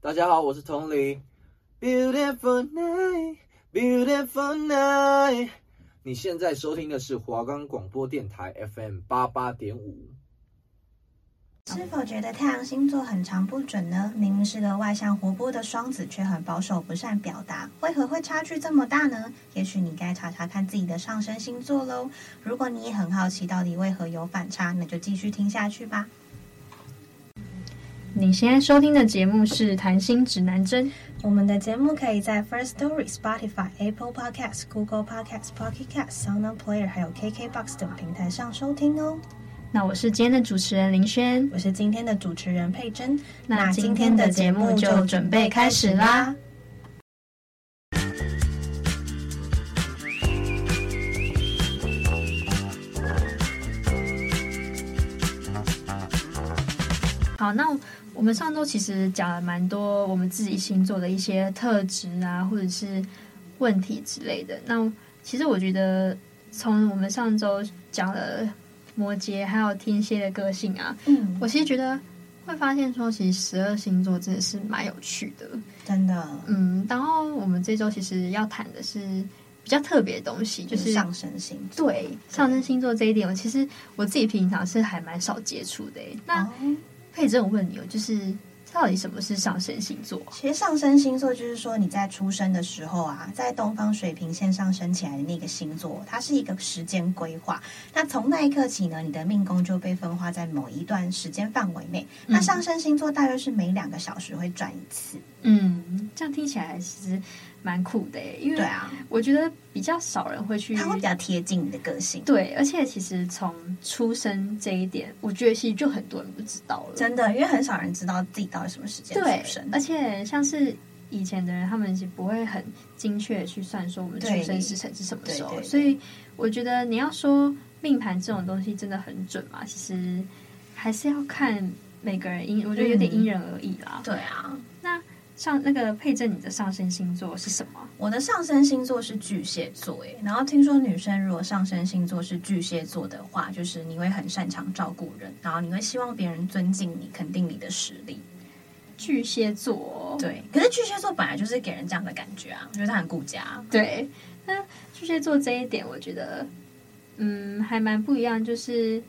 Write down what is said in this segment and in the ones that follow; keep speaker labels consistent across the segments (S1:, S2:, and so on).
S1: 大家好，我是童林。Beautiful night, beautiful night。你现在收听的是华冈广播电台 FM 八八点五。
S2: 是否
S3: 嗯
S2: 觉得太阳星座很长不准呢？明明是个外向活泼的双子，却很保守，不善表达，为何会差距这么大呢？也许你该查查看自己的上升星座喽。如果你也很好奇到底为何有反差，那就继续听下去吧。
S3: 你现在收听的节目是《谈心指南针》，
S2: 我们的节目可以在 First Story、Spotify、Apple Podcasts、Google Podcasts、Pocket Casts、Sound On Player 还有 KKBox 等平台上收听哦。
S3: 那我是今天的主持人林轩。
S2: 我是今天的主持人佩珍。
S3: 那今天的节目就准备开始啦。好，那我们上周其实讲了蛮多我们自己星座的一些特质啊，或者是问题之类的。那其实我觉得，从我们上周讲了摩羯还有天蝎的个性啊，
S2: 嗯，
S3: 我其实觉得会发现说，其实十二星座真的是蛮有趣的。
S2: 真的
S3: 嗯，然后我们这周其实要谈的是比较特别的东西，就是
S2: 上升星座。
S3: 对上升星座这一点，我其实我自己平常是还蛮少接触的欸。那、
S2: 哦
S3: 佩珍，我问你哦，就是到底什么是上升星座？
S2: 其实上升星座就是说你在出生的时候啊，在东方水平线上升起来的那个星座，它是一个时间规划。那从那一刻起呢，你的命宫就被分化在某一段时间范围内。那上升星座大约是每两个小时会转一次。
S3: 嗯，这样听起来其实蛮酷的欸耶，因
S2: 对
S3: 为
S2: 啊，
S3: 我觉得比较少人会去。
S2: 它会比较贴近你的个性。
S3: 对，而且其实从出生这一点，我觉得其实就很多人不知道了。
S2: 真的，因为很少人知道自己到底什么时间
S3: 对
S2: 出生，，
S3: 而且像是以前的人，他们是不会很精确地去算说我们出
S2: 对
S3: 生时辰是什么时
S2: 对
S3: 候，
S2: 对对
S3: 所以我觉得你要说命盘这种东西真的很准嘛，其实还是要看每个人因，我觉得有点
S2: 嗯
S3: 因人而异啦。
S2: 对啊，
S3: 像那个佩珍，你的上升星座是什么？
S2: 我的上升星座是巨蟹座，诶，然后听说女生如果上升星座是巨蟹座的话，就是你会很擅长照顾人，然后你会希望别人尊敬你，肯定你的实力。
S3: 巨蟹座哦。
S2: 对，可是巨蟹座本来就是给人这样的感觉啊，我觉得他很顾家。
S3: 对，那巨蟹座这一点，我觉得，嗯，还蛮不一样，就是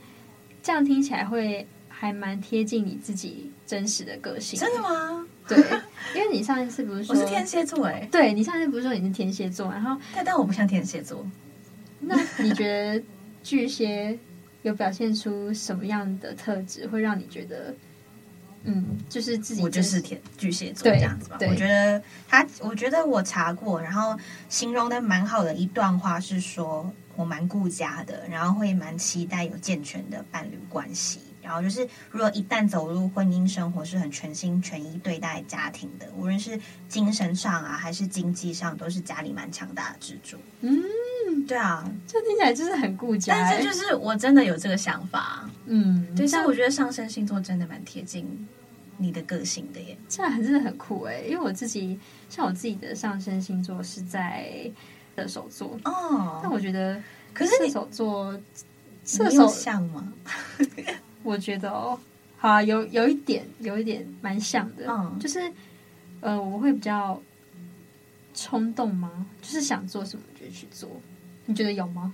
S3: 这样听起来会还蛮贴近你自己真实的个性。
S2: 真的？吗？
S3: 对，因为你上一次不是
S2: 我
S3: 说
S2: 是天，蝎座，诶，
S3: 对你上一次不是说你是天蝎座，然后
S2: 但但我不像天蝎座。
S3: 那你觉得巨蟹有表现出什么样的特质，会让你觉得，嗯，就是自己
S2: 我就
S3: 真实
S2: 是天巨蟹座
S3: 对
S2: 这样子吧。
S3: 对
S2: 我觉得他，我觉得我查过，然后形容的蛮好的一段话是说，我蛮顾家的，然后会蛮期待有健全的伴侣关系。然后就是，如果一旦走入婚姻生活，是很全心全意对待家庭的，无论是精神上啊，还是经济上，都是家里蛮强大的支柱。
S3: 嗯，
S2: 对啊，
S3: 这样听起来就是很顾家、
S2: 但
S3: 欸，
S2: 是就是我真的有这个想法，
S3: 嗯，
S2: 对，
S3: 这
S2: 所以
S3: 样
S2: 我觉得上升星座真的蛮贴近你的个性的耶。
S3: 这样真的很酷哎、因为我自己像我自己的上升星座是在射手座，
S2: 哦，
S3: 但我觉得
S2: 可是
S3: 射
S2: 你
S3: 手座，射
S2: 你有
S3: 手
S2: 像吗？
S3: 我觉得哦，好、啊、有有一点有一点蛮像的，
S2: 嗯
S3: 就是呃我会比较冲动吗？就是想做什么就去做，你觉得有吗？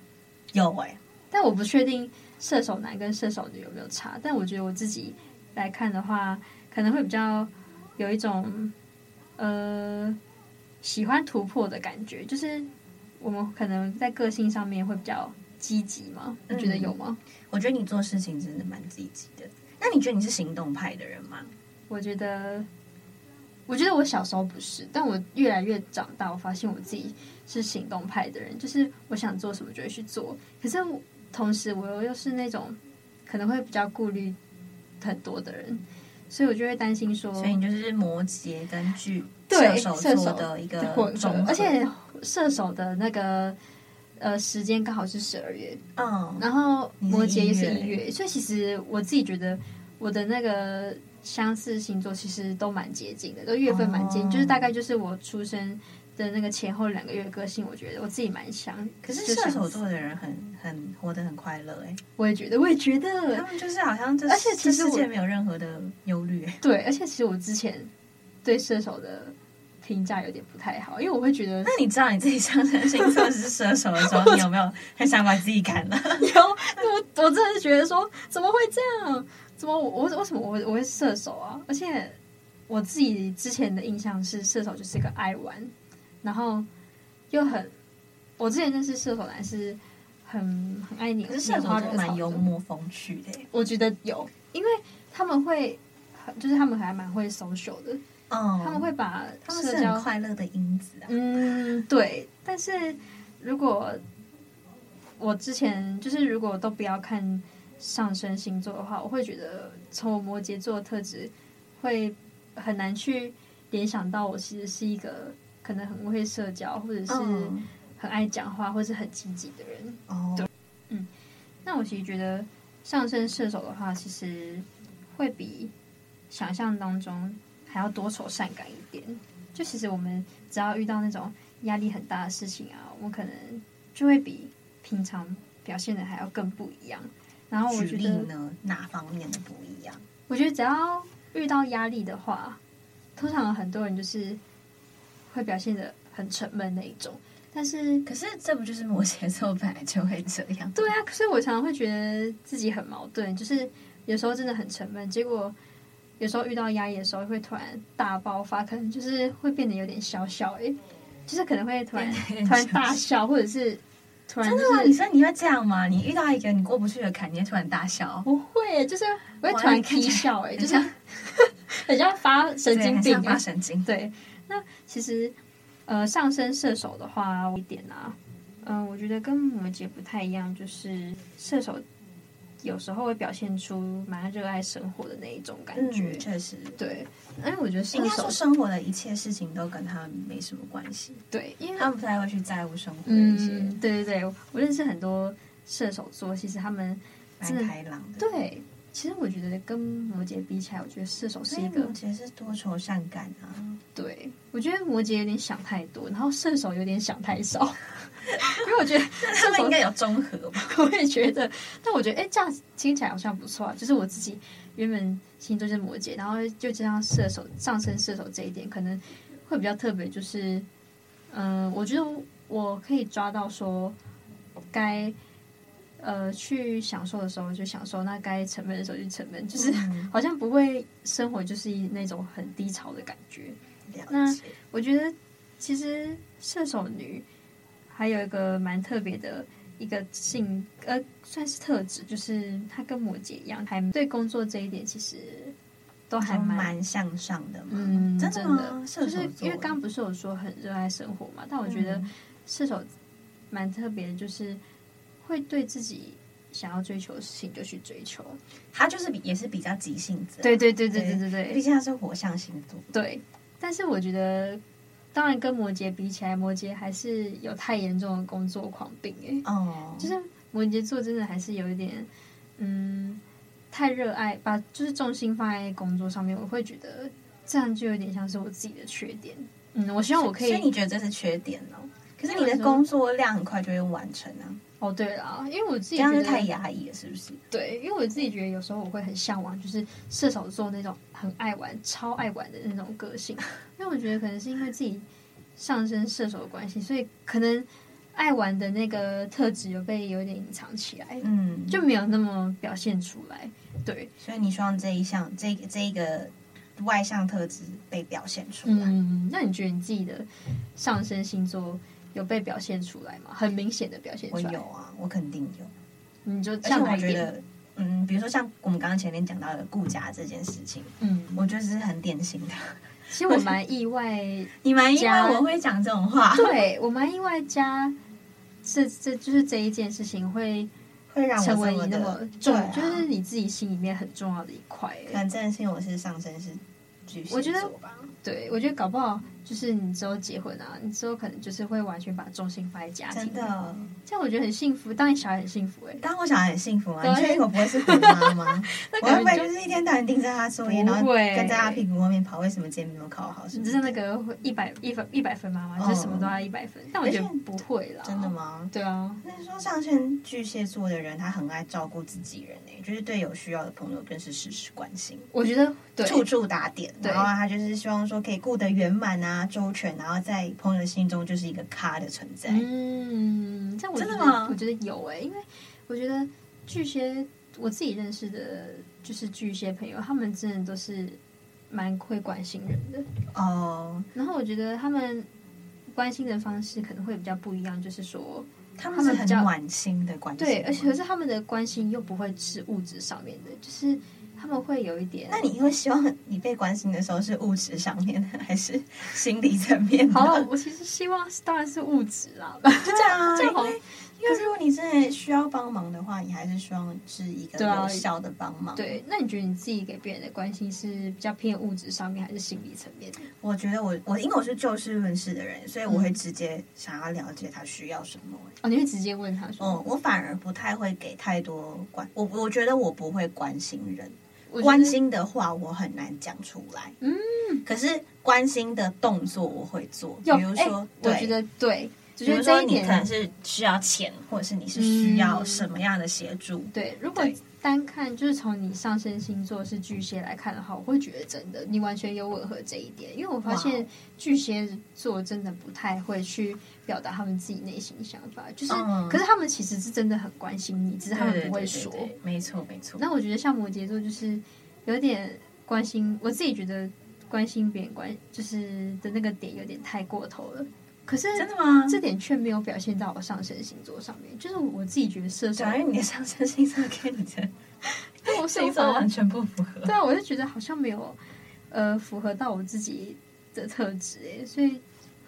S2: 有哎、
S3: 但我不确定射手男跟射手女有没有差，但我觉得我自己来看的话，可能会比较有一种呃喜欢突破的感觉，就是我们可能在个性上面会比较积极嘛？你觉得有吗？
S2: 我觉得你做事情真的蛮积极的。那你觉得你是行动派的人吗？
S3: 我觉得。我觉得我小时候不是，但我越来越长大，我发现我自己是行动派的人，就是我想做什么就会去做。可是我同时我又又是那种可能会比较顾虑很多的人，所以我就会担心说，
S2: 所以你就是摩羯跟巨
S3: 哦对
S2: 手
S3: 射
S2: 座
S3: 手
S2: 的一个
S3: 混
S2: 综
S3: 合
S2: 合，
S3: 而且射手的那个呃时间刚好是十二月，
S2: 嗯，
S3: 然后
S2: 你是
S3: 摩羯也是
S2: 一
S3: 一月，所以其实我自己觉得我的那个相似星座其实都蛮接近的，都月份蛮接近，
S2: 哦
S3: 就是大概就是我出生的那个前后两个月的个性，我觉得我自己蛮像。
S2: 可是
S3: 就
S2: 射
S3: 相
S2: 手
S3: 似，
S2: 座的人很很活得很快乐哎、
S3: 我也觉得，我也觉得
S2: 他，们就是好像这
S3: 而且其实
S2: 这世
S3: 我
S2: 界没有任何的忧虑、哎
S3: 对，而且其实我之前对射手的评价有点不太好，因为我会觉得
S2: 那你知道你自己上升星座是射手的 时候，你有没有很想把自己砍了？
S3: 有，我我真的是觉得说，怎么会这样？怎么我我为什么我我会射手啊？而且我自己之前的印象是射手就是一个爱玩，然后又很，我之前认识射手男是很很爱你，
S2: 可是射手座蛮幽默风趣的欸耶，
S3: 我觉得有，因为他们会很，就是他们还蛮会 social 的，
S2: 嗯，
S3: 他们会把
S2: 他们
S3: 社
S2: 是
S3: 交
S2: 很快乐的因子啊，
S3: 嗯，对。但是如果我之前就是如果都不要看上升星座的话，我会觉得从我摩羯座的特质会很难去联想到我其实是一个可能很会社交，或者是
S2: 嗯，
S3: 很爱讲话，或是很积极的人。
S2: 哦，
S3: 那我其实觉得上升射手的话，其实会比想象当中还要多愁善感一点。就其实我们只要遇到那种压力很大的事情啊，我们可能就会比平常表现的还要更不一样。然后我
S2: 举
S3: 觉
S2: 例
S3: 得，
S2: 呢，哪方面的不一样？
S3: 我觉得只要遇到压力的话，通常很多人就是会表现的很沉闷那一种。但是
S2: 可是这不就是摩羯座本来就会这样？
S3: 对啊，所以我常常会觉得自己很矛盾，就是有时候真的很沉闷，结果有时候遇到压力的时候会突然大爆发，可能就是会变得有点小小诶、就是可能会突然
S2: 对
S3: 突然大笑，或者是突然、
S2: 真
S3: 就
S2: 的
S3: 是、
S2: 吗？你说你会这样吗？你遇到一个你过不去的坎，你会突然大笑？
S3: 不会、就是我会突然啼笑诶、就是 很像发神
S2: 对
S3: 经
S2: 很
S3: 病、
S2: 像
S3: 欸
S2: 发，神经。
S3: 对，那其实呃，上升射手的话，一点啊，嗯、我觉得跟摩羯不太一样，就是射手有时候会表现出蛮热爱生活的那一种感觉。
S2: 嗯，确实，
S3: 对，因为我觉得射
S2: 应该
S3: 手
S2: 说生活的一切事情都跟他们没什么关系，
S3: 对，因为
S2: 他们不太会去在乎生活的一些
S3: 嗯，对对对，我认识很多射手座，其实他们
S2: 蛮
S3: 嗯
S2: 开朗的。
S3: 对，其实我觉得跟摩羯比起来，我觉得射手是
S2: 所以
S3: 一个
S2: 摩羯是多愁善感啊，
S3: 嗯对，我觉得摩羯有点想太多，然后射手有点想太少， 因为我觉得
S2: 他
S3: 射手
S2: 有综合吧？
S3: 我也觉得，但我觉得哎、这样听起来好像不错啊。就是我自己原本星座就是摩羯，然后又加上射手上升射手这一点，可能会比较特别。就是，嗯、我觉得我可以抓到说该呃去享受的时候就享受，那该沉闷的时候就沉闷，就是
S2: 嗯
S3: 好像不会生活就是那种很低潮的感觉。
S2: 了
S3: 那
S2: 解。
S3: 我觉得其实射手女还有一个蛮特别的一个性呃，算是特质，就是她跟摩羯一样，还对工作这一点其实都还
S2: 还
S3: 蛮。
S2: 蛮向上的嘛，
S3: 嗯，
S2: 真
S3: 的
S2: 吗？射
S3: 就
S2: 手
S3: 是
S2: 座
S3: 因为刚不是有说很热爱生活嘛，但我觉得
S2: 嗯
S3: 射手蛮特别的，就是会对自己想要追求的事情就去追求。
S2: 他就是比也是比较急性子啊，
S3: 对对对对对对对，
S2: 毕竟他是火象星座，
S3: 对，但是我觉得，当然跟摩羯比起来，摩羯还是有太严重的工作狂病欸诶、
S2: 哦，
S3: 就是摩羯座真的还是有一点，嗯，太热爱把就是重心放在工作上面，我会觉得这样就有点像是我自己的缺点。嗯，我希望我可
S2: 所以
S3: 以
S2: 你觉得这是缺点哦？可是
S3: 因
S2: 你
S3: 为
S2: 的
S3: 我觉得
S2: 工作量很快就会完成啊，
S3: 哦，对啦，因为我自
S2: 这
S3: 己
S2: 样
S3: 觉
S2: 就
S3: 得
S2: 太压抑了，是不是？
S3: 对，因为我自己觉得有时候我会很向往，就是射手座那种很爱玩、超爱玩的那种个性。因为我觉得可能是因为自己上升射手的关系，所以可能爱玩的那个特质有被有点隐藏起来，
S2: 嗯，
S3: 就没有那么表现出来。对，
S2: 所以你希望这一项这个这一个外向特质被表现出来，
S3: 嗯，那你觉得你自己的上升星座有被表现出来吗？很明显的表现出
S2: 我
S3: 来，
S2: 有啊，我肯定有。
S3: 你就
S2: 而且
S3: 这样
S2: 我
S3: 来
S2: 觉
S3: 点，
S2: 得，嗯，比如说像我们刚刚前面讲到的顾家这件事情，
S3: 嗯，
S2: 我觉得这是很典型的。
S3: 其实我蛮 意外
S2: 你蛮因为
S3: 家
S2: 我会讲这种话，
S3: 对我蛮意外加这这就是这一件事情会
S2: 会让我
S3: 成为
S2: 这
S3: 你那么
S2: 的
S3: 重，
S2: 对啊
S3: 就是你自己心里面很重要的一块欸。
S2: 可能真的是因为我是上身是巨蟹
S3: 我觉得
S2: 座吧
S3: 对我觉得搞不好就是你之后结婚啊，你之后可能就是会完全把重心放在家庭，
S2: 真，的。
S3: 这样我觉得很幸福，当你小孩很幸福哎、
S2: 当我小孩很幸福啊，
S3: 对
S2: 你确定我不会是虎妈吗？
S3: 那
S2: 我会
S3: 感
S2: 不会
S3: 觉
S2: 就
S3: 就是
S2: 一天到晚盯着他作业，
S3: 不
S2: 然后
S3: 会
S2: 跟在他屁股后面跑？为什么今天没有考好？什么
S3: 只是那个会一百一百一百分妈妈，
S2: 哦
S3: 就是什么都要一百分，但我觉得不会啦，
S2: 哎真的？吗？
S3: 对啊，
S2: 那说上升巨蟹座的人，他很爱照顾自己人诶、就是对有需要的朋友更是事事关心，
S3: 我觉得对，
S2: 处处打点。
S3: 对
S2: 然后他就是希望说可以顾得圆满啊、周全，然后在朋友的心中就是一个咖的存在。
S3: 嗯，这样我觉
S2: 真的
S3: 得
S2: 吗
S3: 我觉得有哎、因为我觉得巨蟹，我自己认识的就是巨蟹朋友，他们真的都是蛮会关心人的，
S2: 哦，
S3: 然后我觉得他们关心的方式可能会比较不一样，就是说。
S2: 他
S3: 他
S2: 们
S3: 们
S2: 是很
S3: 比较
S2: 暖心的关心。
S3: 对，而且可是他们的关心又不会是物质上面的，就是他们会有一点。
S2: 那你会希望你被关心的时候是物质上面的，还是心理层面的？
S3: 好了，我其实希望是当然是物质啦，
S2: 就这样啊，
S3: 这样
S2: 因
S3: 好
S2: 为因为如果你真的需要帮忙的话，你还是希望是一个
S3: 对啊
S2: 有效的帮忙。
S3: 对，，那你觉得你自己给别人的关心是比较偏物质上面，还是心理层面的？
S2: 我觉得我我因为我是就事论事的人，所以我会
S3: 嗯
S2: 直接想要了解他需要什么、欸
S3: 哦，你会直接问他说：“
S2: 嗯，我反而不太会给太多关，我我觉得我不会关心人，
S3: 我觉得
S2: 关心的话我很难讲出来。
S3: 嗯，
S2: 可是关心的动作我会做，比
S3: 有
S2: 如
S3: 哎
S2: 说，
S3: 我
S2: 对
S3: 觉得对，我
S2: 比
S3: 觉
S2: 如
S3: 得
S2: 说
S3: 这一
S2: 你可能
S3: 点嗯
S2: 是需要钱，或者是你是需要什么样的协助？
S3: 对。如果
S2: 对
S3: 单看就是从你上升星座是巨蟹来看的话，我会觉得真的你完全有吻合这一点，因为我发
S2: 哇
S3: 现
S2: 哦
S3: 巨蟹座真的不太会去表达他们自己内心想法，就是、
S2: 嗯
S3: 可是他们其实是真的很关心你，只是他们不会说。
S2: 对对对对没错没错。
S3: 那我觉得像摩羯座就是有点关心，我自己觉得关心别人关就是的那个点有点太过头了。可是
S2: 真的吗？
S3: 这点却没有表现到我上升星座上面，就是我自己觉得射手，
S2: 假如你的上升星座跟你 的
S3: 但我
S2: 星
S3: 射
S2: 座
S3: 手
S2: 完全不符合，
S3: 对啊，我就觉得好像没有呃符合到我自己的特质诶，所以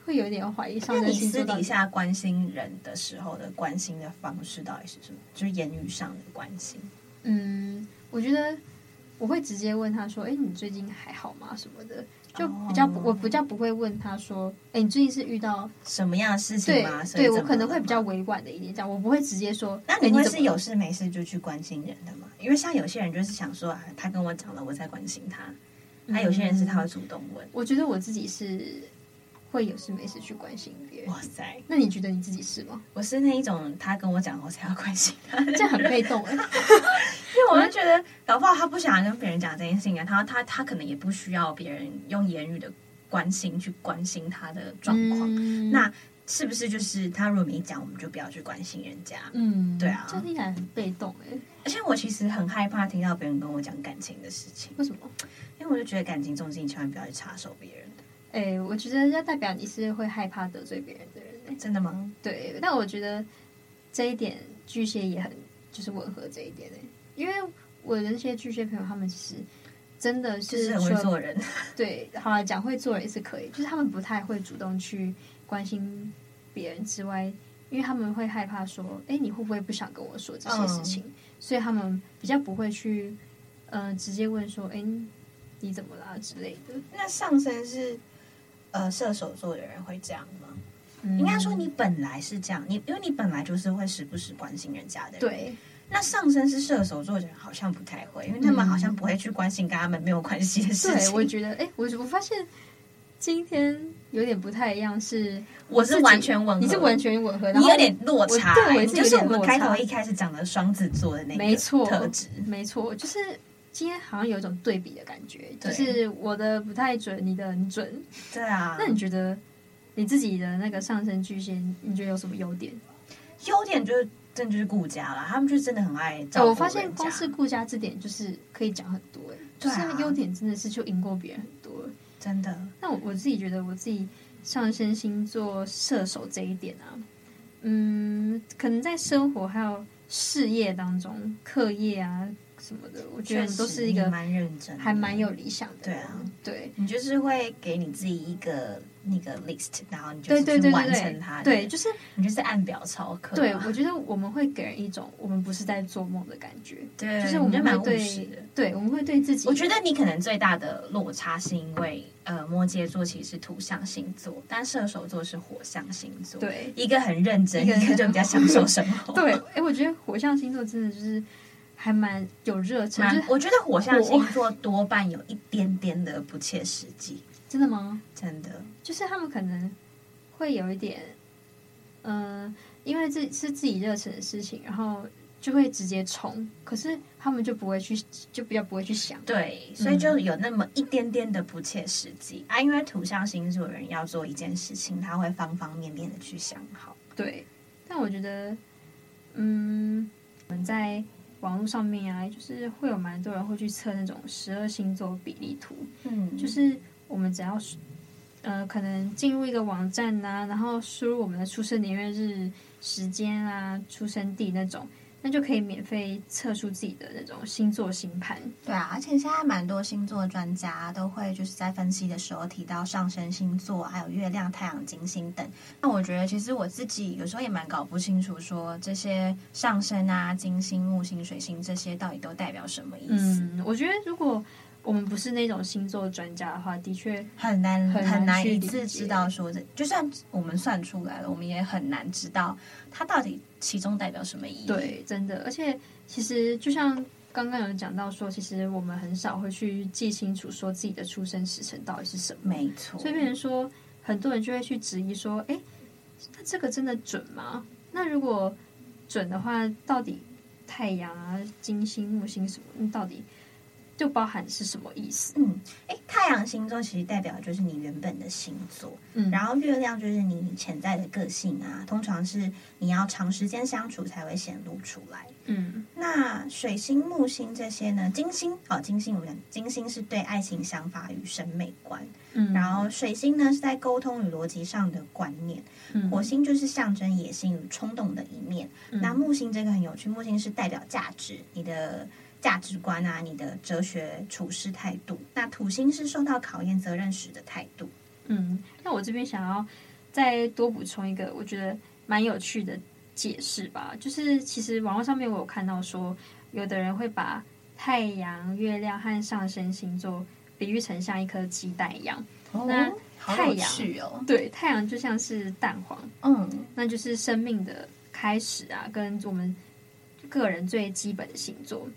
S3: 会有点怀疑上
S2: 那
S3: 升
S2: 你
S3: 星座
S2: 私
S3: 到底
S2: 底下关心人的时候的关心的方式到底是什么？就是言语上的关心。
S3: 嗯，我觉得我会直接问他说：“哎、你最近还好吗？”什么的，就
S2: 哦
S3: 比较不、我比较不会问他说：“哎、你最近是遇到
S2: 什么样的事情
S3: 对
S2: 吗？所以
S3: 对我
S2: 怎么
S3: 可能
S2: 了
S3: 会比较
S2: 吗。
S3: 委婉的一点讲，我不会直接说。
S2: 那
S3: 诶
S2: 你
S3: 你
S2: 会
S3: 怎么
S2: 是有
S3: 了
S2: 事没事就去关心人的吗？因为像有些人就是想说啊，他跟我讲了，我在关心他；，
S3: 嗯
S2: 那、有些人是他会主动问。
S3: 我觉得我自己是会有事没事去关心别人。
S2: 哇塞，
S3: 那你觉得你自己是 吗？
S2: 我是那一种他跟我讲我才要关心他，因
S3: 这样很被动哎、
S2: 为我就觉得，搞不好他不想跟别人讲这件事情啊，他他他可能也不需要别人用言语的关心去关心他的 状况，
S3: 嗯
S2: 那是不是就是他如果没讲，我们就不要去关心人家？
S3: 嗯，
S2: 对啊
S3: 这样听起来很被动哎、
S2: 而且我其实很害怕听到别人跟我讲感情的事情，
S3: 为什么？
S2: 因为我就觉得感情这种事情千万不要去插手别人。
S3: 哎、我觉得要代表你是会害怕得罪别人的人哎、
S2: 真的吗？
S3: 对，但我觉得这一点巨蟹也很就是吻合这一点诶、因为我的那些巨蟹朋友，他们其实真的
S2: 就是
S3: 是
S2: 很会
S3: 说
S2: 做人，
S3: 对，好了，讲会做人也是可以，就是他们不太会主动去关心别人之外，因为他们会害怕说，哎，你会不会不想跟我说这些事情？所以他们比较不会去，呃，直接问说，哎，你怎么啦之类的。
S2: 那上升是呃射手座的人会这样吗？
S3: 嗯
S2: 应该说你本来是这样，你因为你本来就是会时不时关心人家的人。，
S3: 对，
S2: 那上升是射手座的人好像不太会，因为他们
S3: 嗯
S2: 好像不会去关心跟他们没有关系的事
S3: 对，
S2: 情。
S3: 我也觉得，哎，我我发现今天有点不太一样，是
S2: 我
S3: 自
S2: 是
S3: 己
S2: 完全吻合，
S3: 你是完全吻合，然
S2: 你
S3: 后
S2: 有点落差、
S3: 我对我
S2: 欸，
S3: 也
S2: 你
S3: 是
S2: 就
S3: 有
S2: 是
S3: 点
S2: 我们
S3: 落
S2: 开头
S3: 差
S2: 一开始讲的双子座的那
S3: 没
S2: 个
S3: 错
S2: 特质。
S3: 没错，就是今天好像有一种对比的感觉，就
S2: 对
S3: 是我的不太准，你的很准。
S2: 对啊，
S3: 那你觉得你自己的那个上升巨蟹，你觉得有什么优点？
S2: 优点就是真的就是顾家啦，他们就是真的很爱照顾
S3: 哦我发现
S2: 人家
S3: 光是顾家这点就是可以讲很多、欸，
S2: 对啊
S3: 就是优点真的是就赢过别人很多了。
S2: 真的
S3: 那我我自己觉得我自己上升星座射手这一点啊，嗯，可能在生活还有事业当中、课业啊、什么的，我觉
S2: 确
S3: 得你
S2: 实
S3: 都是一
S2: 你
S3: 个
S2: 蛮认真的，
S3: 还蛮有理想的
S2: 对
S3: 人。
S2: 啊
S3: 对
S2: 你就是会给你自己一个那个 list，然后你就
S3: 对
S2: 是
S3: 对
S2: 去
S3: 对
S2: 完
S3: 对
S2: 成
S3: 对
S2: 它，，嗯
S3: 对，就是
S2: 你就是按表操课
S3: 对
S2: 啊，
S3: 我觉得我们会给人一种我们不是在做梦的感觉，
S2: 对，
S3: 就是我
S2: 你
S3: 们
S2: 蛮
S3: 会
S2: 务实
S3: 对
S2: 的。
S3: 对，我们会对自己，
S2: 我觉得你可能最大的落差是因为，呃，摩羯座其实是土象星座，但射手座是火象星座，，
S3: 对
S2: 一个很认真，一
S3: 一个很
S2: 个就比较享受生 活，
S3: 对，哎，我觉得火象星座真的就是还蛮有热忱，就
S2: 蛮。
S3: 是
S2: 我觉得火象星座多半有一点点的不切实际，
S3: 真的吗？
S2: 真的，
S3: 就是他们可能会有一点，嗯、因为这是自己热忱的事情，然后就会直接冲，可是他们就不会去，就比较不会去想。
S2: 对，所以就有那么一点点的不切实际、啊。因为土象星座人要做一件事情，他会方方面面的去想好。
S3: 对，但我觉得，嗯，我们在网络上面啊，就是会有蛮多人会去测那种十二星座比例图，
S2: 嗯，
S3: 就
S2: 就是
S3: 是我们只要是呃，可能进入一个网站呐、然后输入我们的出生年月日、时间啊、出生地那种，那就可以免费测出自己的那种星座星盘。
S2: 对啊，而且现在蛮多星座专家都会就是在分析的时候提到上升星座，还有月亮、太阳、金星等。那我觉得其实我自己有时候也蛮搞不清楚，说这些上升啊、金星、木星、水星这些到底都代表什么意思，
S3: 嗯，我觉得如果我们不是那种星座专家的话，的确
S2: 很难
S3: 很难
S2: 很难
S3: 去
S2: 一
S3: 理
S2: 次
S3: 解
S2: 知道说这，就算我们算出来了，我们也很难知道它到底其中代表什么意义。
S3: 对，真的，而且其实就像刚刚有讲到说，其实我们很少会去记清楚说自己的出生时辰到底是什么，
S2: 没错，
S3: 所以变成说，很多人就会去质疑说，哎，那这个真的准吗？那如果准的话，到底太阳啊、金星、木星什么，嗯到底就包含是什么意思？
S2: 嗯，哎，太阳星座其实代表的就是你原本的星座，
S3: 嗯
S2: 然后月亮就是你潜在的个性啊，通常是你要长时间相处才会显露出来。
S3: 嗯，
S2: 那水星、木星这些呢？金星哦，金星我们讲，金星是对爱情想法与审美观，
S3: 嗯
S2: 然后水星呢是在沟通与逻辑上的观念，
S3: 嗯
S2: 火星就是象征野心与冲动的一面。
S3: 嗯
S2: 那木星这个很有趣，木星是代表价值，你的价值观啊，你的哲学处事态度。那土星是受到考验、责任时的态度。
S3: 嗯，那我这边想要再多补充一个，我觉得蛮有趣的解释吧，就是其实网络上面我有看到说，有的人会把太阳、月亮和上升星座比喻成像一颗鸡蛋一样，那
S2: 好
S3: 太
S2: 有
S3: 阳
S2: 趣哦，
S3: 对，太阳就像是蛋黄，
S2: 嗯，
S3: 那就是生命的开始啊，跟我们个人最基本的星座。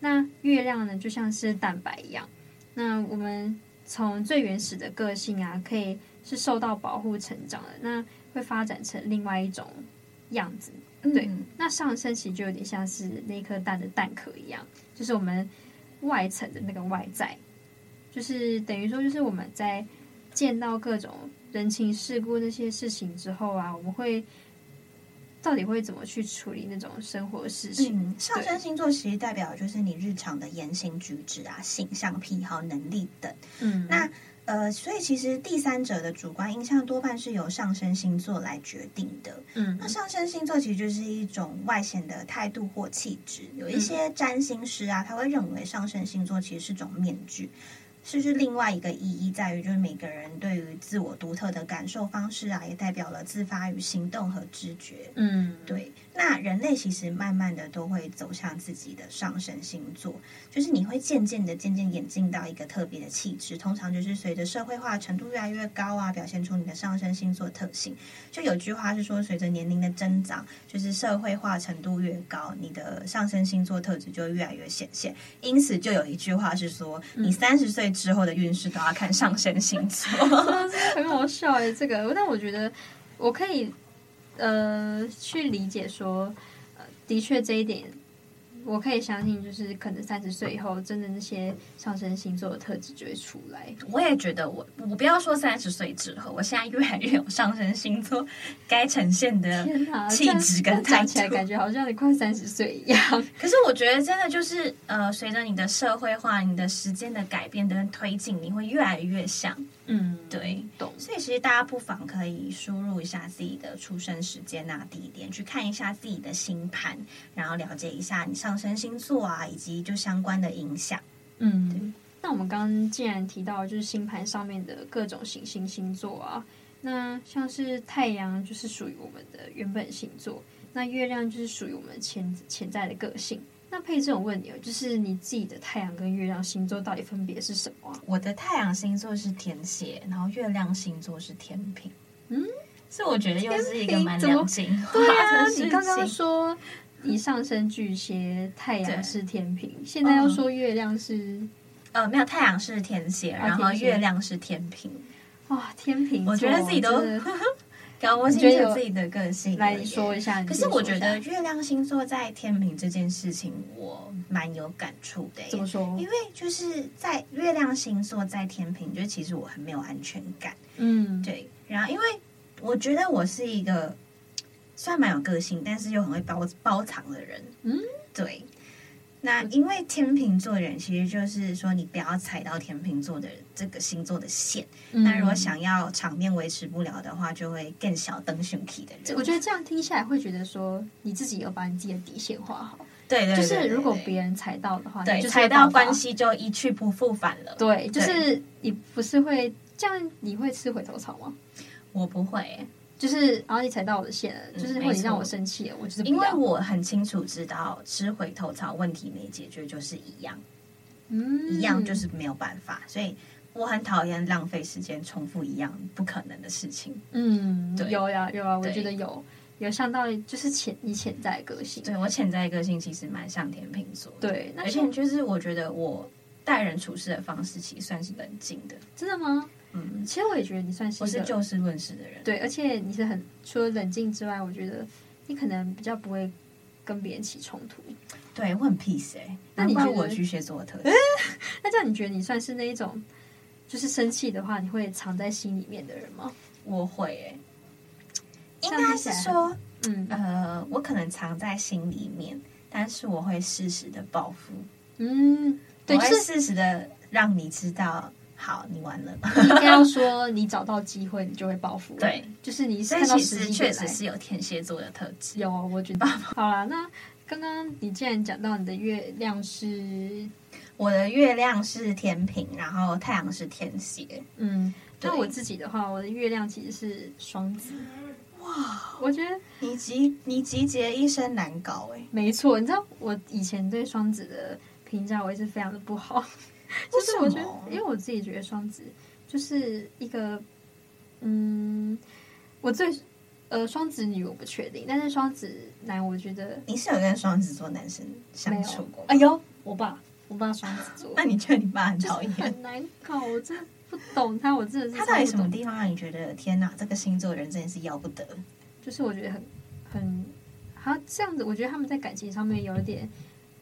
S3: 那月亮呢，就像是蛋白一样。那我们从最原始的个性啊，可以是受到保护成长的，那会发展成另外一种样子。对
S2: 嗯
S3: 那上升其实就有点像是那颗蛋的蛋壳一样，就是我们外层的那个外在，就是等于说，就是我们在见到各种人情世故那些事情之后啊，我们会到底会怎么去处理那种生活事情？
S2: 嗯，上升星座其实代表就是你日常的言行举止啊、性向、癖好、能力等。
S3: 嗯，
S2: 那呃，所以其实第三者的主观印象多半是由上升星座来决定的。
S3: 嗯
S2: 那上升星座其实就是一种外显的态度或气质，有一些占星师啊，他会认为上升星座其实是种面具。是不是另外一个意义在于，就是每个人对于自我独特的感受方式啊，也代表了自发与行动和知觉。
S3: 嗯，
S2: 对，那人类其实慢慢的都会走向自己的上升星座，就是你会渐渐的、渐渐演进到一个特别的气质，通常就是随着社会化程度越来越高啊，表现出你的上升星座特性。就有句话是说，随着年龄的增长，就是社会化程度越高，你的上升星座特质就会越来越显现。因此，就有一句话是说，你三十岁之后的运势都要看上升星座。
S3: 很好笑哎、这个，但我觉得我可以呃去理解说，呃，的确这一点，我可以相信，就是可能三十岁以后，真的那些上升星座的特质就会出来。
S2: 我也觉得我，我不要说三十岁之后，我现在越来越有上升星座该呈现的。
S3: 天哪，
S2: 气
S3: 这样
S2: 质跟
S3: 这样
S2: 态
S3: 讲起来
S2: 度
S3: 感觉好像你快三十岁一样。
S2: 可是我觉得真的就是，呃，随着你的社会化、你的时间的改变跟推进，你会越来越像。
S3: 嗯，
S2: 对，
S3: 懂。
S2: 所以其实大家不妨可以输入一下自己的出生时间啊、地点，去看一下自己的星盘，然后了解一下你上升星座啊，以及就相关的影响。
S3: 嗯，那我们刚刚既然提到就是星盘上面的各种行星星座啊，那像是太阳就是属于我们的原本星座，那月亮就是属于我们潜潜在的个性。那佩这我问你哦，就是你自己的太阳跟月亮星座到底分别是什么啊、
S2: 我的太阳星座是天蝎，然后月亮星座是天平。
S3: 嗯，
S2: 所以我觉得又是一个蛮
S3: 天秤
S2: 两极 化
S3: 对啊
S2: 的，事情。
S3: 你刚刚说你上升巨蟹，太阳
S2: 对
S3: 是天平，现在又说月亮是
S2: 呃，没有，太阳是哦天蝎，
S3: 啊
S2: 然后
S3: 天蝎
S2: 月亮是天平。
S3: 哇、天平座，
S2: 我觉得自己都
S3: 真的
S2: 搞不
S3: 你觉
S2: 清
S3: 得
S2: 楚
S3: 有
S2: 自己的个性了
S3: 来
S2: 耶
S3: 说一下。你
S2: 可
S3: 自
S2: 是
S3: 己
S2: 我
S3: 说
S2: 觉
S3: 一
S2: 得
S3: 下
S2: 月亮星座在天平这件事情，我蛮有感触的耶。
S3: 怎么说？
S2: 因为就是在月亮星座在天平，就其实我很没有安全感。
S3: 嗯，
S2: 对，然后因为我觉得我是一个虽然蛮有个性，但是又很会包包藏的人。
S3: 嗯，
S2: 对。那因为天秤座的人，其实就是说你不要踩到天秤座的这个星座的线。
S3: 嗯
S2: 那如果想要场面维持不了的话，就会更小灯熊 key 的
S3: 这
S2: 人。
S3: 我觉得这样听下来会觉得说，你自己有把你自己的底线画好，
S2: 对对对
S3: 就是如果
S2: 对
S3: 别人踩到的话，
S2: 对
S3: 你就是
S2: 踩
S3: 有
S2: 到
S3: 办法
S2: 关，系就一去不复返了。
S3: 对，就是你不是会这样，你会吃回头草吗？
S2: 我不会耶、
S3: 就是然后你踩到我的线了，
S2: 嗯
S3: 就是或者
S2: 没
S3: 你
S2: 错
S3: 让我生气了，我就是不
S2: 因为
S3: 要
S2: 我很清楚知道吃回头草问题没解决就是一样。
S3: 嗯
S2: 一样就是没有办法，所以我很讨厌浪费时间重复一样不可能的事情。
S3: 嗯，
S2: 对
S3: 有呀有啊，我
S2: 对
S3: 觉得有有像到就是潜你潜在的个性，
S2: 对我潜在个性其实蛮像天秤座，，
S3: 对，那
S2: 而且就是我觉得我待人处事的方式其实算是冷静的，
S3: 真的吗？
S2: 嗯，
S3: 其实我也觉得你算是
S2: 我
S3: 一
S2: 是
S3: 个
S2: 就事论事的人，
S3: 对，而且你是很除了冷静之外，我觉得你可能比较不会跟别人起冲突。
S2: 对，我很 peace 哎、欸，
S3: 那你
S2: 难怪
S3: 觉
S2: 我
S3: 得
S2: 巨蟹座的 特质，
S3: 那这样你觉得你算是那一种，就是生气的话，你会藏在心里面的人吗？
S2: 我会哎、应
S3: 这样
S2: 该
S3: 听起
S2: 是
S3: 来
S2: 说，
S3: 嗯
S2: 呃，我可能藏在心里面，但是我会适时的报复，
S3: 嗯，对，
S2: 我
S3: 就
S2: 会
S3: 是
S2: 适时的让你知道，好，你完了。
S3: 应该要说你找到机会，你就会报复。
S2: 对，
S3: 就是你
S2: 所以
S3: 看到
S2: 其
S3: 时
S2: 实
S3: 机
S2: 确
S3: 点来
S2: 实是有天蝎座的特质。
S3: 有，啊 我觉得。好啦，那刚刚你既然讲到你的月亮是，
S2: 我的月亮是天平，然后太阳是天蝎。
S3: 嗯，
S2: 对
S3: 那我自己的话，我的月亮其实是双子。哇，我觉得
S2: 你集你集结一身难搞哎、
S3: 没错，你知道我以前对双子的评价，我也是非常的不好。就是我
S2: 为
S3: 觉得
S2: 什么，
S3: 因为我自己觉得双子就是一个，嗯，我最呃双子女我不确定，但是双子男我觉得
S2: 你是有跟双子座男生
S3: 没
S2: 相处
S3: 有
S2: 过。吗
S3: 哎？呦，我爸，我爸双子座，
S2: 那你觉得你爸很
S3: 就是
S2: 讨厌？
S3: 很难搞，我真的不懂他，我真的是
S2: 他到底
S3: 超
S2: 什
S3: 不
S2: 么
S3: 懂？
S2: 地方让你觉得天哪，这个星座人真的是要不得？
S3: 就是我觉得很很，好像这样子，我觉得他们在感情上面有一点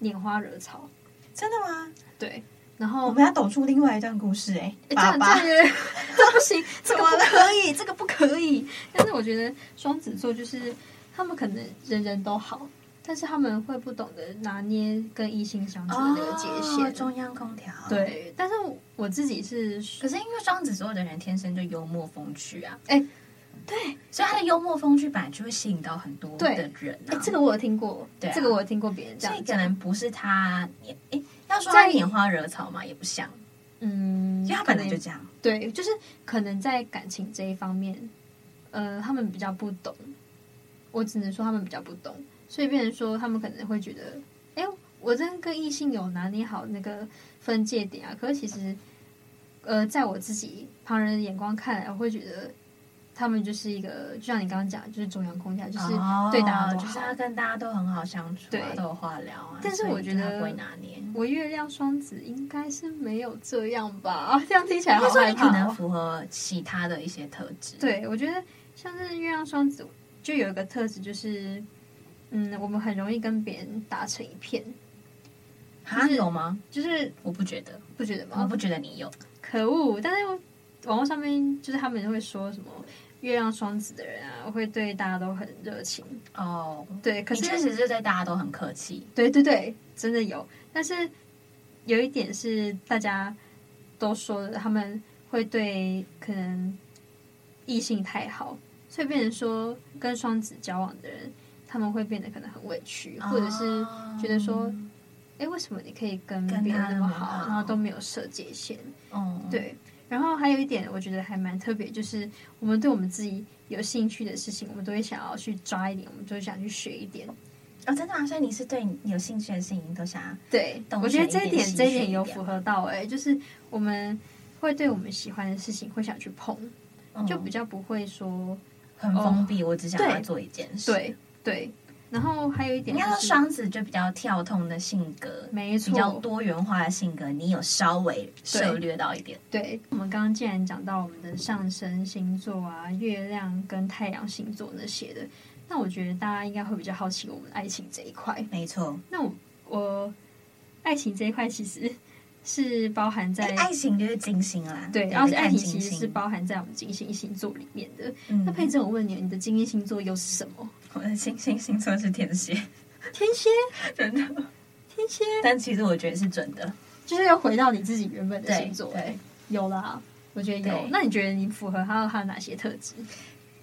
S3: 拈花惹草，
S2: 真的吗？
S3: 对，然
S2: 我
S3: 后。
S2: 们要抖出另外一段故事哎、
S3: 诶这
S2: 爸
S3: 样
S2: 爸，
S3: 这样这不行，这
S2: 怎
S3: 个
S2: 么
S3: 不
S2: 了？
S3: 可以，这个不可以。但是我觉得双子座就是他们可能人人都好，但是他们会不懂得拿捏跟异性相处的那个界限。
S2: 哦中央空调。。
S3: 对，但是我自己是
S2: 可是因为双子座的人天生就幽默风趣啊，
S3: 哎
S2: 对，所以他的幽默风趣本来就会吸引到很多
S3: 对
S2: 的人、啊。
S3: 哎、这个我有听过，
S2: 对啊
S3: 这个我有听过别人这
S2: 所以
S3: 样
S2: 可
S3: 讲。
S2: 能不是他，哎，要说他
S3: 在
S2: 拈花惹草嘛，也不像，
S3: 嗯，
S2: 因为他
S3: 可
S2: 本
S3: 能
S2: 来就这样。
S3: 对，就是可能在感情这一方面，呃，他们比较不懂，我只能说他们比较不懂，所以变成说他们可能会觉得，哎、我真跟异性有拿捏好那个分界点啊，可是其实，呃，在我自己旁人的眼光看来，我会觉得他们就是一个，就像你刚刚讲，就是中央空调，嗯就是
S2: 哦
S3: 对大家都
S2: 就
S3: 好。
S2: 是他跟大家都很好相处啊，
S3: 对
S2: 都有话聊啊。
S3: 但是
S2: 所以
S3: 我觉
S2: 就他
S3: 得
S2: 不会拿捏，
S3: 我月亮双子应该是没有这样吧？ 这样听起来
S2: 应
S3: 好
S2: 该说
S3: 害
S2: 你
S3: 怕、
S2: 可
S3: 哦。
S2: 能符合其他的一些特质。，
S3: 对，我觉得像是月亮双子，就有一个特质就是，嗯，我们很容易跟别人打成一片，
S2: 哈，有吗？
S3: 就是
S2: 我不觉得，
S3: 不觉得
S2: 我
S3: 吗？
S2: 不觉得你有。
S3: 可恶！但是我网络上面就是他们会说什么月亮双子的人啊，会对大家都很热情，
S2: 哦，
S3: 对，可
S2: 你
S3: 是
S2: 确实是对大家都很客气。
S3: 对对对，真的有，但是有一点是大家都说的，他们会对可能异性太好，所以变成说跟双子交往的人，他们会变得可能很委屈，或者是
S2: 啊哦
S3: 觉得说，哎、为什么你可以跟
S2: 跟
S3: 别人
S2: 他
S3: 那么
S2: 那么
S3: 好，
S2: 好
S3: 然后都没有设界限？
S2: 哦，嗯，
S3: 对。然后还有一点，我觉得还蛮特别，就是我们对我们自己有兴趣的事情，我们都会想要去抓一点，我们就想去学一点。
S2: 哦，真的啊，所以你是对你有兴趣的事情都想要，
S3: 对，
S2: 懂
S3: 我觉得
S2: 选
S3: 这
S2: 一点
S3: 一点
S2: 兴
S3: 这一
S2: 趣
S3: 点
S2: 一
S3: 有
S2: 点
S3: 符合到哎、就是我们会对我们喜欢的事情会想去碰，
S2: 嗯
S3: 就比较不会说
S2: 很封闭，我只想要做一件事。，
S3: 哦对对。然后还有一点
S2: 应
S3: 就
S2: 该说
S3: 是，
S2: 双子就比较跳痛的性格，
S3: 没
S2: 比较
S3: 错，
S2: 多元化的性格，你有稍微涉略到一点。
S3: 对。我们刚刚既然讲到我们的上升星座啊、月亮跟太阳星座那些的，那我觉得大家应该会比较好奇我们爱情这一块。
S2: 没错，
S3: 那我我爱情这一块其实 是包含在
S2: 爱情就是金星啦，
S3: 对，然
S2: 然
S3: 后
S2: 后
S3: 是爱情其实是包含在我们金星星座里面的。那佩珍，我问你，你的金星星座又是什么？
S2: 嗯我的金星星座是天蝎，
S3: 天蝎，
S2: 真 的，
S3: 天蝎，
S2: 但其实我觉得是准的。
S3: 就是要回到你自己原本的
S2: 对
S3: 星座。哎欸
S2: 对，
S3: 有啦，我觉得有
S2: 对。
S3: 那你觉得你符合他他哪些特质？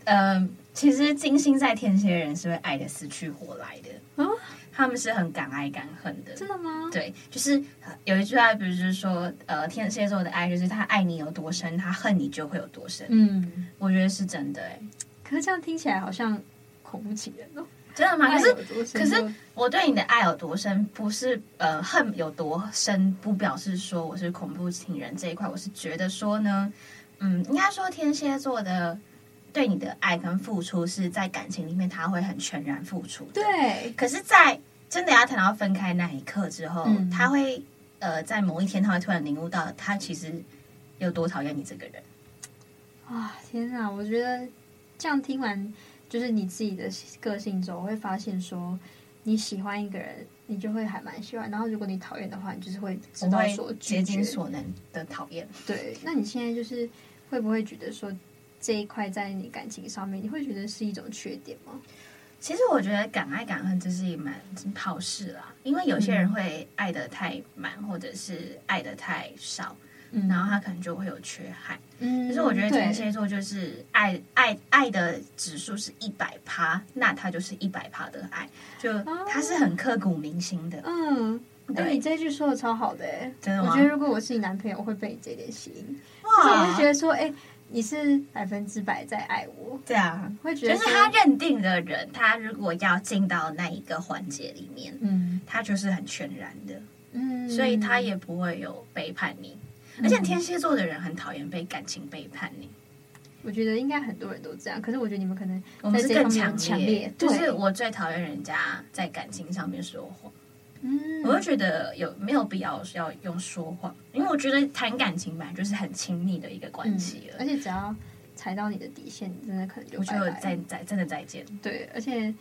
S2: 嗯，其实金星在天蝎的人是会爱的死去活来的，
S3: 啊
S2: 他们是很敢爱敢恨的。
S3: 真的吗？
S2: 对，就是呃有一句话，比如就是说，呃，天蝎座的爱就是他爱你有多深，他恨你就会有多深。
S3: 嗯，
S2: 我觉得是真的、欸，
S3: 可是这样听起来好像恐怖情人哦。
S2: 真的吗？可是
S3: 是
S2: 可是我对你的爱有多深，不是呃恨有多深，不表示说我是恐怖情人这一块，我是觉得说呢，嗯，应该说天蝎座的对你的爱跟付出是在感情里面他会很全然付出的，
S3: 对，
S2: 可是，在真的要谈到分开那一刻之后，
S3: 嗯
S2: 他会呃，在某一天，他会突然领悟到，他其实有多讨厌你这个人。
S3: 啊，天哪！我觉得这样听完，就是你自己的个性中会发现说，你喜欢一个人，你就会还蛮喜欢；然后如果你讨厌的话，你就是会知道
S2: 我
S3: 说
S2: 会竭
S3: 拒
S2: 尽
S3: 绝。
S2: 所能的讨厌。
S3: 对，那你现在就是会不会觉得说这一块在你感情上面，你会觉得是一种缺点吗？
S2: 其实我觉得敢爱敢恨这是一蛮好事啦，因为有些人会爱的太满，或者是爱的太少，
S3: 嗯
S2: 然后他可能就会有缺憾。
S3: 嗯，
S2: 可是我觉得
S3: 对
S2: 天蝎座就是爱爱爱的指数是一百趴，那他就是一百趴的爱，就
S3: 哦
S2: 他是很刻骨铭心的。
S3: 嗯，哎、
S2: 对
S3: 你这句说的超好的、哎，
S2: 真的
S3: 我
S2: 吗啊
S3: 觉得如果我是你男朋友，我会被你这点吸引。
S2: 哇
S3: 就是我会觉得说，哎、你是百分之百在爱我，
S2: 对啊，
S3: 会觉
S2: 就
S3: 得
S2: 是
S3: 说
S2: 他认定的人，他如果要进到那一个环节里面，
S3: 嗯
S2: 他就是很全然的，
S3: 嗯，
S2: 所以他也不会有背叛你。
S3: 嗯
S2: 而且天蝎座的人很讨厌被感情背叛你，
S3: 我觉得应该很多人都这样，可是我觉得你们可能
S2: 我们是
S3: 在这
S2: 更
S3: 方面
S2: 强
S3: 强烈对
S2: 就是我最讨厌人家在感情上面说谎，
S3: 嗯，
S2: 我就觉得有没有必要要用说谎，因为我觉得谈感情本来就是很亲密的一个关系了。
S3: 而且只要踩到你的底线，你真的可能就
S2: 我觉
S3: 拜
S2: 得
S3: 拜
S2: 再再真的再见，
S3: 对，而且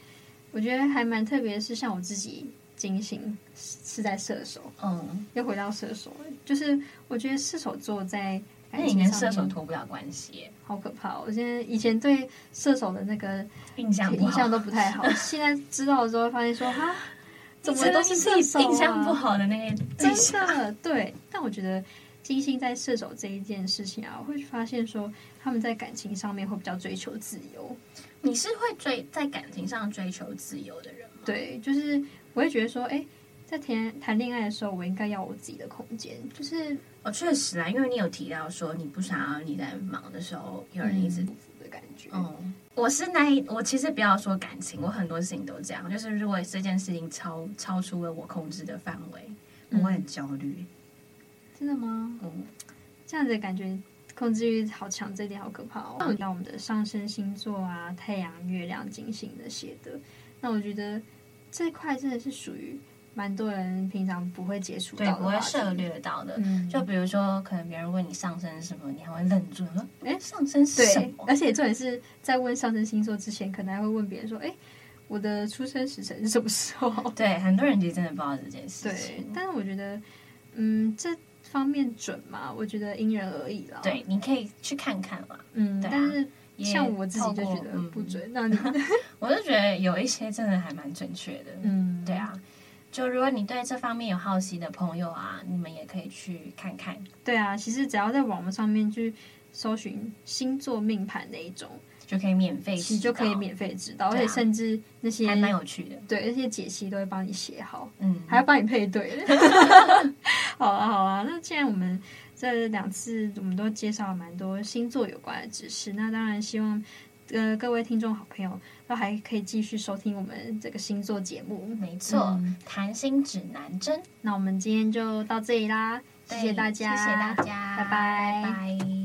S3: 我觉得还蛮特别，是像我自己金星是是在射手，
S2: 嗯，
S3: 又回到射手了，就是我觉得射手座在
S2: 那
S3: 感
S2: 你
S3: 情
S2: 跟
S3: 上
S2: 射手
S3: 面
S2: 脱不了关系耶，
S3: 好可怕、哦！我现在以前对射手的那个
S2: 印象不
S3: 印
S2: 好，
S3: 象都不 太好，现在知道了之后发现说哈，怎么都是射手、啊，
S2: 印象不好的那个对
S3: 真
S2: 象。
S3: 的对。但我觉得金星在射手这一件事情啊，我会发现说他们在感情上面会比较追求自由，
S2: 你是会追在感情上追求自由的人吗？
S3: 对，就是我会觉得说，哎，在谈谈恋爱的时候，我应该要我自己的空间，就是
S2: 哦，确实啦，因为你有提到说你不想要你在忙的时候有人一直
S3: 嗯舒服的感觉，
S2: 嗯。我是那一，我其实不要说感情，我很多事情都这样。就是如果这件事情超超出了我控制的范围，我
S3: 嗯
S2: 会很焦虑。
S3: 真的吗？
S2: 嗯，
S3: 这样子的感觉控制欲好强，这一点好可怕
S2: 嗯
S3: 哦。那我讲我们的上升星座啊，太阳、月亮、金星那些的，那我觉得这块真的是属于蛮多人平常不会接触到
S2: 对，
S3: 的，
S2: 不会涉。略到的。
S3: 嗯，
S2: 就比如说，可能别人问你上升是什么，你还会愣住，你说：“哎、
S3: 诶
S2: 上升是什
S3: 对，
S2: 么
S3: 而且重点是在问上升星座之前，可能还会问别人说：“哎，我的出生时辰是什么时候？”？”
S2: 对，很多人其实真的不知道这件事
S3: 对
S2: 情。，
S3: 但是我觉得，嗯，这方面准嘛，我觉得因人而异啦。
S2: 对，，你可以去看看啦。
S3: 嗯，
S2: 对啊
S3: 但是
S2: 也
S3: 像我自己
S2: 透
S3: 就觉
S2: 过
S3: 得
S2: 嗯
S3: 不准。 那你，
S2: 我就觉得有一些真的还蛮准确的。
S3: 嗯，
S2: 对，啊，就如果你对这方面有好奇的朋友啊，你们也可以去看看。
S3: 对啊，其实只要在网络上面去搜寻星座命盘那一种，
S2: 就可以免费
S3: 其
S2: 洗
S3: 实
S2: 澡，
S3: 就可以免费知道，而
S2: 对啊
S3: 且甚至那些
S2: 还蛮有趣的。
S3: 对那些解析都会帮你写好，
S2: 嗯，
S3: 还要帮你配对。 好啊，好啊。那既然我们这两次我们都介绍了蛮多星座有关的知识，那当然希望呃各位听众好朋友都还可以继续收听我们这个星座节目。
S2: 没错
S3: 嗯，
S2: 谈心指南针。
S3: 那我们今天就到这里啦，谢谢大家，
S2: 谢谢大家，
S3: 拜拜
S2: 拜拜